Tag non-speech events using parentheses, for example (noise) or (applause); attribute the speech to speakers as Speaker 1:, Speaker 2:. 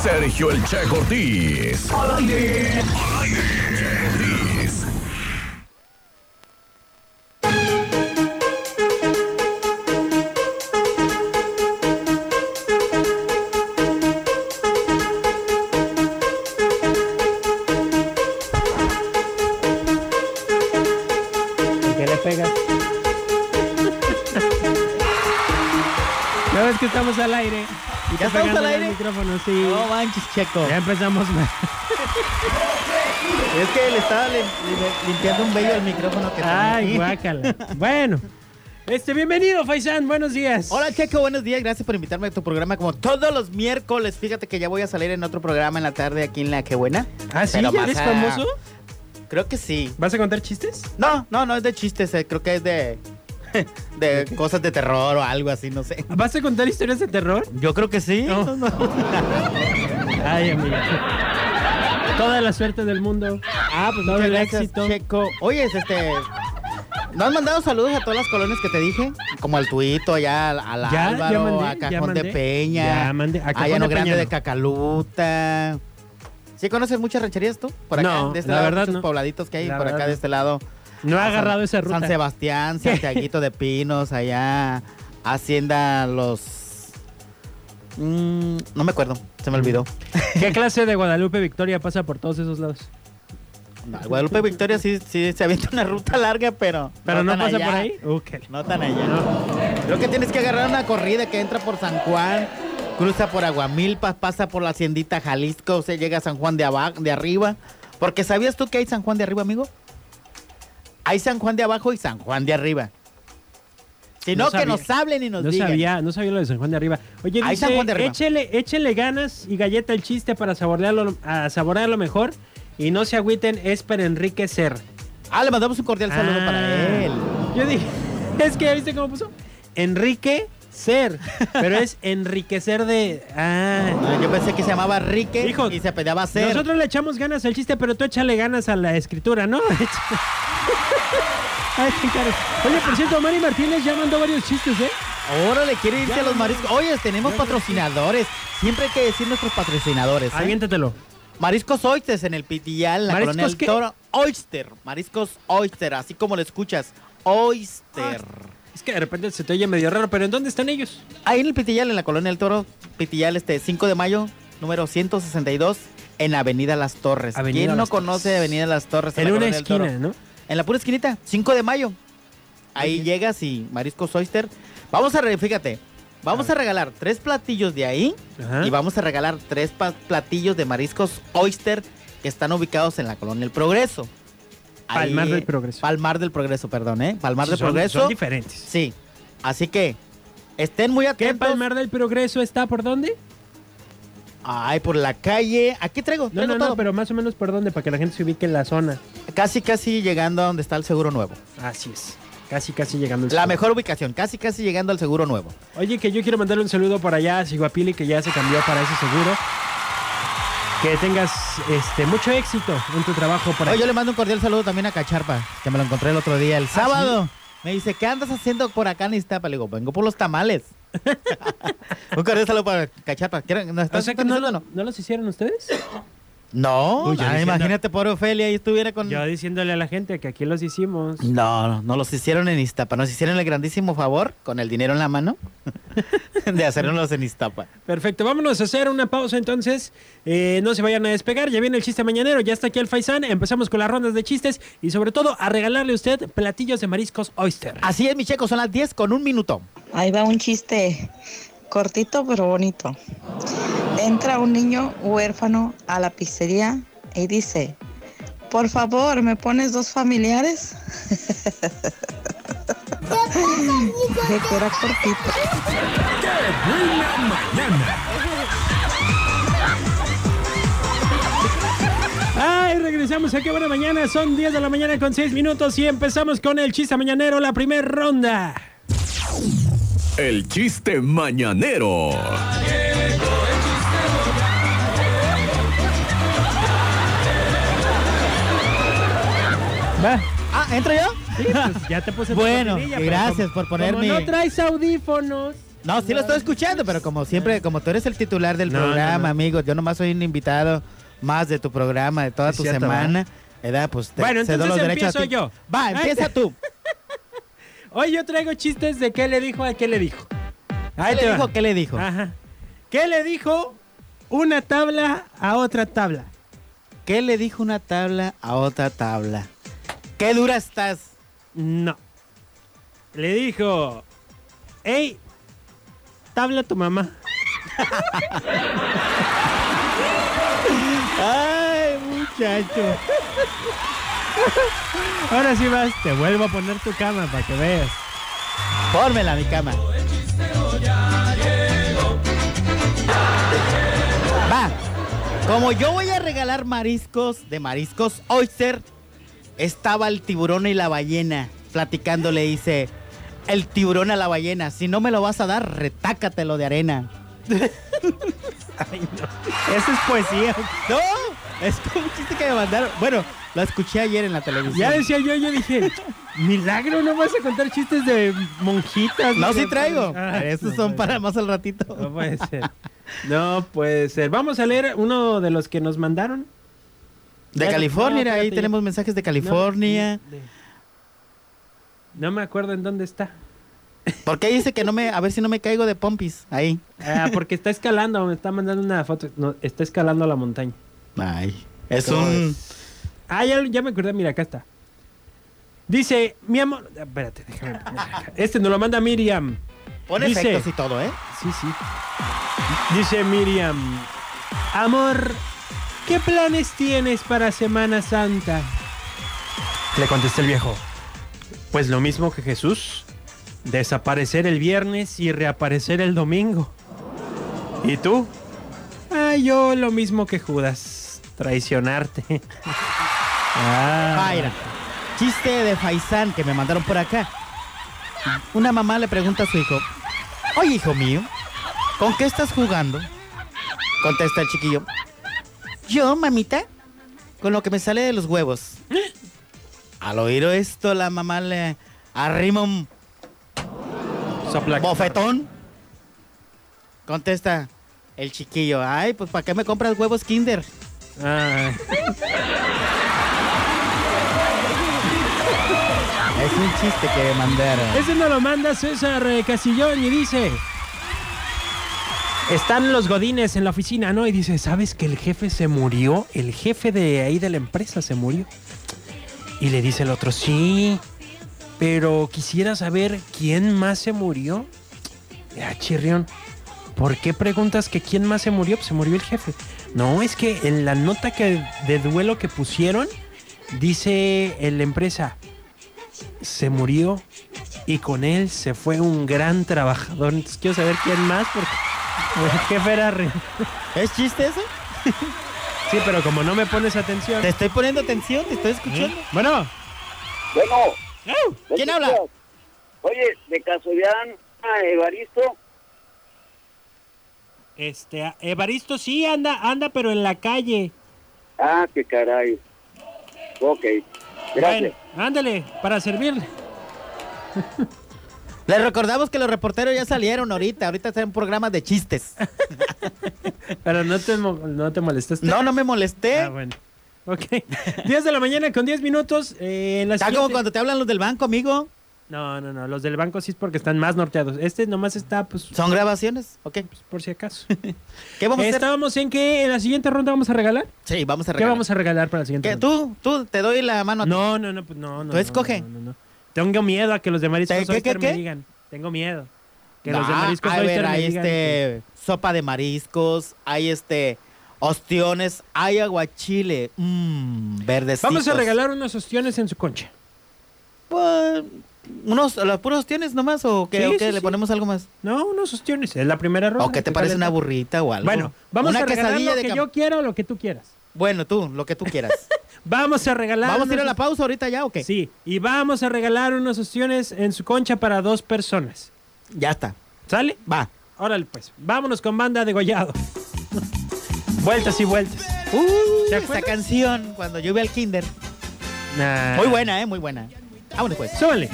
Speaker 1: Sergio El Che Ortiz. Al aire. Al aire. Ortiz.
Speaker 2: ¿Por qué le pegas? ¿No ves que estamos al aire? Y
Speaker 3: ¿Ya
Speaker 2: te
Speaker 3: estamos
Speaker 2: pegas
Speaker 3: al
Speaker 2: en
Speaker 3: aire?
Speaker 2: El micrófono, sí.
Speaker 3: No manches, Checo.
Speaker 2: Ya empezamos
Speaker 3: (laughs)
Speaker 2: mal.
Speaker 3: Es que le estaba lim- lim- limpiando un vello al micrófono que tenía
Speaker 2: Ay,
Speaker 3: aquí.
Speaker 2: guácala. Bueno. Este, bienvenido, Faisán. Buenos días.
Speaker 3: Hola Checo, buenos días, gracias por invitarme a tu programa como todos los miércoles. Fíjate que ya voy a salir en otro programa en la tarde aquí en La Que Buena.
Speaker 2: ¿Ah, sí?
Speaker 3: Pero
Speaker 2: ¿Ya
Speaker 3: más
Speaker 2: eres
Speaker 3: a-
Speaker 2: famoso?
Speaker 3: Creo que sí.
Speaker 2: ¿Vas a contar chistes?
Speaker 3: No, no, no es de chistes, eh, creo que es de, (laughs) de cosas de terror o algo así, no sé.
Speaker 2: ¿Vas a contar historias de terror?
Speaker 3: Yo creo que sí.
Speaker 2: No. (laughs) Ay, amigo. Toda la suerte del mundo.
Speaker 3: Ah, pues
Speaker 2: Todo
Speaker 3: muchas
Speaker 2: el
Speaker 3: gracias,
Speaker 2: éxito.
Speaker 3: Checo. Oye, este. ¿No has mandado saludos a todas las colonias que te dije? Como al Tuito, allá al- al
Speaker 2: Ya, ya
Speaker 3: Álvaro,
Speaker 2: mandé,
Speaker 3: a
Speaker 2: ya
Speaker 3: Cajón de
Speaker 2: mandé.
Speaker 3: Peña.
Speaker 2: Ya mandé, a
Speaker 3: A
Speaker 2: Cajón
Speaker 3: Llano
Speaker 2: de
Speaker 3: Grande
Speaker 2: Peña
Speaker 3: de
Speaker 2: no.
Speaker 3: Cacaluta. ¿Sí conoces muchas rancherías tú? Por acá,
Speaker 2: No,
Speaker 3: de este
Speaker 2: la
Speaker 3: lado,
Speaker 2: verdad
Speaker 3: muchos
Speaker 2: no.
Speaker 3: pobladitos que hay
Speaker 2: La
Speaker 3: por acá
Speaker 2: verdad
Speaker 3: de
Speaker 2: no.
Speaker 3: este lado.
Speaker 2: No ha
Speaker 3: A
Speaker 2: agarrado
Speaker 3: San,
Speaker 2: esa ruta. (laughs)
Speaker 3: San Sebastián, Santiaguito de Pinos, allá. Hacienda Los. Mm, no me acuerdo, se me olvidó.
Speaker 2: ¿Qué clase de Guadalupe Victoria pasa por todos esos lados?
Speaker 3: No,
Speaker 2: Mm.
Speaker 3: Guadalupe Victoria sí, sí se avienta una ruta larga, pero.
Speaker 2: ¿Pero no,
Speaker 3: tan
Speaker 2: pasa
Speaker 3: allá.
Speaker 2: por ahí? Uh, Okay.
Speaker 3: No tan allá.
Speaker 2: No.
Speaker 3: ¿eh? Creo que tienes que agarrar una corrida que entra por San Juan, cruza por Aguamilpas, pasa por la haciendita Jalisco, o sea, llega a San Juan de, aba- de arriba. Porque ¿sabías tú que hay San Juan de arriba, amigo? Hay San Juan de abajo y San Juan de arriba. Si no,
Speaker 2: No
Speaker 3: que
Speaker 2: sabía.
Speaker 3: nos hablen y nos
Speaker 2: No
Speaker 3: digan.
Speaker 2: sabía, no sabía lo de San Juan de Arriba. Oye,
Speaker 3: Ahí
Speaker 2: dice,
Speaker 3: San Juan de Arriba.
Speaker 2: échele, échele ganas y galleta el chiste para saborearlo, a saborearlo mejor. Y no se agüiten, es para Enrique Ser.
Speaker 3: Ah, le mandamos un cordial saludo
Speaker 2: Ah.
Speaker 3: para él.
Speaker 2: Yo dije, (laughs) es que ya viste cómo puso. Enrique Ser. Pero es enriquecer de. Ah.
Speaker 3: Ah, yo pensé que se llamaba Rique
Speaker 2: Hijo,
Speaker 3: y se apellidaba Ser.
Speaker 2: Nosotros le echamos ganas al chiste, pero tú échale ganas a la escritura, ¿no? (laughs) Ay, qué caro. Oye, por cierto, Mari Martínez ya mandó varios chistes, ¿eh?
Speaker 3: Órale, quiere irse
Speaker 2: Ya,
Speaker 3: a los
Speaker 2: ya,
Speaker 3: mariscos. Oye, tenemos patrocinadores. Siempre hay que decir nuestros patrocinadores. ¿eh?
Speaker 2: Aviéntatelo.
Speaker 3: Mariscos Oysters en el Pitillal, la
Speaker 2: ¿Mariscos
Speaker 3: colonia del
Speaker 2: qué?
Speaker 3: Toro. Oyster, mariscos Oyster, así como lo escuchas. Oyster.
Speaker 2: Es que de repente se te oye medio raro, pero ¿en dónde están ellos?
Speaker 3: Ahí en el Pitillal, en la colonia del Toro, Pitillal, este 5 de mayo, número 162, en Avenida Las Torres.
Speaker 2: Avenida
Speaker 3: ¿Quién no
Speaker 2: Las Torres.
Speaker 3: conoce Avenida Las Torres?
Speaker 2: En
Speaker 3: la
Speaker 2: una
Speaker 3: colonia del Toro?
Speaker 2: esquina, ¿no?
Speaker 3: En la pura esquinita, 5 de mayo. Ahí
Speaker 2: Ok.
Speaker 3: llegas y mariscos Oyster. Vamos a, re- fíjate, vamos a, regalar tres platillos de ahí.
Speaker 2: Ajá.
Speaker 3: Y vamos a regalar tres pa- platillos de mariscos Oyster que están ubicados en la colonia El Progreso. Ahí-
Speaker 2: Palmar del Progreso.
Speaker 3: Palmar del Progreso, perdón, ¿eh? Palmar del
Speaker 2: Son-
Speaker 3: Progreso.
Speaker 2: Son diferentes.
Speaker 3: sí. Así que estén muy
Speaker 2: ¿Qué
Speaker 3: atentos.
Speaker 2: Palmar del Progreso está por dónde?
Speaker 3: Ay, por la calle. Aquí traigo,
Speaker 2: No,
Speaker 3: traigo
Speaker 2: no,
Speaker 3: todo.
Speaker 2: no, pero más o menos por dónde, para que la gente se ubique en la zona.
Speaker 3: Casi, casi llegando a donde está el Seguro Nuevo.
Speaker 2: Así es. Casi, casi llegando. al
Speaker 3: La
Speaker 2: sur.
Speaker 3: mejor ubicación, casi, casi llegando al Seguro Nuevo.
Speaker 2: Oye, que yo quiero mandarle un saludo para allá a Siguapili, que ya se cambió para ese seguro. Que tengas este mucho éxito en tu trabajo por
Speaker 3: Oye,
Speaker 2: ahí.
Speaker 3: yo le mando un cordial saludo también a Cacharpa, que me lo encontré el otro día, el sábado. Me dice, ¿qué andas haciendo por acá en Iztapa? Le digo, vengo por los tamales. (laughs) un cordial saludo para Cacharpa. ¿Quieren- ¿Nos
Speaker 2: O
Speaker 3: están
Speaker 2: sea que no,
Speaker 3: sintonizando o
Speaker 2: ¿no los hicieron ustedes.
Speaker 3: no? No,
Speaker 2: Uy, yo
Speaker 3: ah,
Speaker 2: diciendo-
Speaker 3: imagínate, pobre Ofelia, ahí estuviera con...
Speaker 2: Yo diciéndole a la gente que aquí los hicimos.
Speaker 3: No, no, no los hicieron en Iztapa. Nos hicieron el grandísimo favor, con el dinero en la mano, (laughs) de hacernos en Iztapa.
Speaker 2: Perfecto, vámonos a hacer una pausa entonces. Eh, no se vayan a despegar, ya viene el chiste mañanero, ya está aquí el Faisán. Empezamos con las rondas de chistes y sobre todo a regalarle a usted platillos de mariscos Oyster.
Speaker 3: Así es, mi checo, son las 10 con un minuto.
Speaker 4: Ahí va un chiste cortito pero bonito. Entra un niño huérfano a la pizzería y dice, por favor, ¿me pones dos familiares? (laughs) De que era cortito.
Speaker 1: Buena mañana.
Speaker 2: ¡Ay, regresamos! ¡A qué buena mañana! Son 10 de la mañana con 6 minutos y empezamos con el chiste mañanero, la primera ronda.
Speaker 1: El chiste mañanero.
Speaker 2: Va.
Speaker 3: Ah, ¿entro yo?
Speaker 2: ya te puse tu
Speaker 3: Bueno,
Speaker 2: cortinilla,
Speaker 3: y
Speaker 2: pero
Speaker 3: gracias
Speaker 2: como-
Speaker 3: por ponerme-
Speaker 2: Como no traes audífonos.
Speaker 3: No, sí lo estoy escuchando, pero como siempre, como tú eres el titular del
Speaker 2: No, no,
Speaker 3: programa,
Speaker 2: no.
Speaker 3: amigo, yo nomás soy un invitado más de tu programa, de toda
Speaker 2: Sí,
Speaker 3: tu
Speaker 2: cierto,
Speaker 3: semana. ¿verdad? Pues te
Speaker 2: Bueno,
Speaker 3: cedo los
Speaker 2: entonces
Speaker 3: derechos a ti.
Speaker 2: empiezo
Speaker 3: Va, empieza tú.
Speaker 2: Hoy yo traigo chistes de qué le dijo a qué le dijo.
Speaker 3: ¿Qué
Speaker 2: Ahí te
Speaker 3: le
Speaker 2: va. Ah.
Speaker 3: dijo? ¿Qué le dijo?
Speaker 2: Ajá. ¿Qué le dijo una tabla a otra tabla?
Speaker 3: ¿Qué le dijo una tabla a otra tabla? ¿Qué dura estás?
Speaker 2: No. Le dijo, hey, tabla tu mamá.
Speaker 3: Ay, muchacho.
Speaker 2: Ahora sí vas, te vuelvo a poner tu cama para que veas.
Speaker 3: Pónmela, mi cama. Va. Como yo voy a regalar mariscos de mariscos oyster, estaba el tiburón y la ballena platicando. Le dice el tiburón a la ballena: Si no me lo vas a dar, retácatelo de arena. (laughs)
Speaker 2: Eso es poesía.
Speaker 3: No, es como un chiste que me mandaron. Bueno, lo escuché ayer en la televisión.
Speaker 2: Ya decía yo, yo dije, milagro, no vas a contar chistes de monjitas.
Speaker 3: no,
Speaker 2: ni
Speaker 3: sí
Speaker 2: de-
Speaker 3: traigo.
Speaker 2: Ah,
Speaker 3: Estos
Speaker 2: no
Speaker 3: son
Speaker 2: puede
Speaker 3: para
Speaker 2: ser.
Speaker 3: más al ratito.
Speaker 2: No puede ser. (laughs) No puede ser. Vamos a leer uno de los que nos mandaron. Ya-
Speaker 3: De
Speaker 2: no,
Speaker 3: California,
Speaker 2: espérate,
Speaker 3: ahí
Speaker 2: ya-
Speaker 3: tenemos mensajes de California.
Speaker 2: No, de- no me acuerdo en dónde está.
Speaker 3: ¿Por qué dice que no me, a ver si no me caigo de pompis? Ahí.
Speaker 2: Ah, porque está escalando, me está mandando una foto. No, está escalando la montaña.
Speaker 3: Ay. Es
Speaker 2: ¿Cómo
Speaker 3: un.
Speaker 2: Ah, ya, ya me acordé, mira, acá está. Dice, mi amor. Ah, Espérate, déjame. poner acá. Este nos lo manda Miriam.
Speaker 3: Pone
Speaker 2: Dice-
Speaker 3: efectos y todo, ¿eh?
Speaker 2: Sí, sí. Dice Miriam, amor, ¿qué planes tienes para Semana Santa? Le contestó el viejo, pues lo mismo que Jesús, desaparecer el viernes y reaparecer el domingo. ¿Y tú? Ah, yo lo mismo que Judas, traicionarte. (laughs) ah,
Speaker 3: Faira. Chiste de Faisán que me mandaron por acá. Una mamá le pregunta a su hijo: Oye, hijo mío, ¿con qué estás jugando? Contesta el chiquillo: Yo, mamita, con lo que me sale de
Speaker 2: (gasps)
Speaker 3: los huevos. Al oír esto, la mamá le arrima un
Speaker 2: sopla-
Speaker 3: ¿Bofetón? Contesta el chiquillo. Ay, pues ¿para qué me compras huevos Kinder?
Speaker 2: Ah.
Speaker 3: Es un chiste que me mandaron.
Speaker 2: Ese no lo manda César eh, Casillón y dice. Están los godines en la oficina, ¿no? Y dice, ¿sabes que el jefe se murió? El jefe de ahí de la empresa se murió. Y le dice el otro, sí, pero quisiera saber quién más se murió. Ah, chirrión, ¿por qué preguntas que quién más se murió? Pues se murió el jefe. No, es que en la nota que de duelo que pusieron, dice en la empresa, se murió y con él se fue un gran trabajador. Entonces quiero saber quién más porque el jefe era... re-
Speaker 3: ¿Es chiste eso?
Speaker 2: Sí, pero como no me pones atención...
Speaker 3: Te estoy poniendo atención, te estoy
Speaker 2: ¿Eh?
Speaker 3: escuchando.
Speaker 2: Bueno,
Speaker 5: Bueno,
Speaker 3: ¿Quién habla?
Speaker 5: Oye, de casualidad, ah, Evaristo.
Speaker 2: este, a- Evaristo sí anda, anda, pero en la calle.
Speaker 5: Ah, qué caray. Ok, gracias.
Speaker 2: Bueno, ándale, para servirle.
Speaker 3: Les recordamos que los reporteros ya salieron ahorita. Ahorita están en programas de chistes.
Speaker 2: Pero no te, mo- no te molestes.
Speaker 3: No, ¿eh? no me
Speaker 2: Ah,
Speaker 3: molesté.
Speaker 2: bueno. Ok. 10 de la mañana con 10 minutos. eh, la
Speaker 3: Está como
Speaker 2: siguiente-
Speaker 3: cuando te hablan los del banco, amigo.
Speaker 2: No, no, no. Los del banco sí es porque están más norteados. Este nomás está, pues,
Speaker 3: Son grabaciones. Ok.
Speaker 2: por si acaso.
Speaker 3: ¿Qué vamos a hacer?
Speaker 2: Estábamos en que en la siguiente ronda vamos a regalar.
Speaker 3: Sí, vamos a
Speaker 2: ¿Qué
Speaker 3: regalar.
Speaker 2: vamos a regalar para la siguiente
Speaker 3: ¿Qué?
Speaker 2: ronda?
Speaker 3: Tú, tú, te doy la mano. a ti.
Speaker 2: No, no, no, pues no, no.
Speaker 3: Tú
Speaker 2: no,
Speaker 3: escoge.
Speaker 2: No, no, no. Tengo miedo a que los de mariscos
Speaker 3: ¿Qué, qué,
Speaker 2: Oyster
Speaker 3: qué,
Speaker 2: me
Speaker 3: qué?
Speaker 2: digan. Tengo miedo. Que los de
Speaker 3: Ah,
Speaker 2: mariscos
Speaker 3: a ver,
Speaker 2: Oyster me
Speaker 3: hay
Speaker 2: digan que-
Speaker 3: este sopa de mariscos, hay este ostiones, hay aguachile, mmm, verdecitos.
Speaker 2: Vamos a regalar unos ostiones en su concha.
Speaker 3: Pues, unos los puros ostiones nomás o qué,
Speaker 2: Sí,
Speaker 3: ¿O qué?
Speaker 2: sí,
Speaker 3: le
Speaker 2: sí.
Speaker 3: ponemos algo más.
Speaker 2: No, unos ostiones. Es la primera ronda.
Speaker 3: ¿O qué te
Speaker 2: que
Speaker 3: parece una
Speaker 2: calienta.
Speaker 3: burrita o algo?
Speaker 2: Bueno, vamos
Speaker 3: Una
Speaker 2: a regalar
Speaker 3: quesadilla
Speaker 2: lo
Speaker 3: de
Speaker 2: que
Speaker 3: cam-
Speaker 2: yo quiera o lo que tú quieras.
Speaker 3: Bueno, tú, lo que tú
Speaker 2: (laughs)
Speaker 3: quieras.
Speaker 2: Vamos a regalar.
Speaker 3: vamos a ir a
Speaker 2: unos-
Speaker 3: la pausa ahorita ya o qué?
Speaker 2: Sí, y vamos a regalar unos ostiones en su concha para dos personas.
Speaker 3: Ya está.
Speaker 2: ¿Sale?
Speaker 3: Va.
Speaker 2: Órale, pues. Vámonos con banda de gollado. (laughs) vueltas y vueltas.
Speaker 3: Uh,
Speaker 2: ¿Te
Speaker 3: esa
Speaker 2: acuerdas? Ah.
Speaker 3: canción cuando yo iba al kinder.
Speaker 2: Nah.
Speaker 3: Muy buena, eh, muy buena. Vámonos pues.
Speaker 2: Súbale.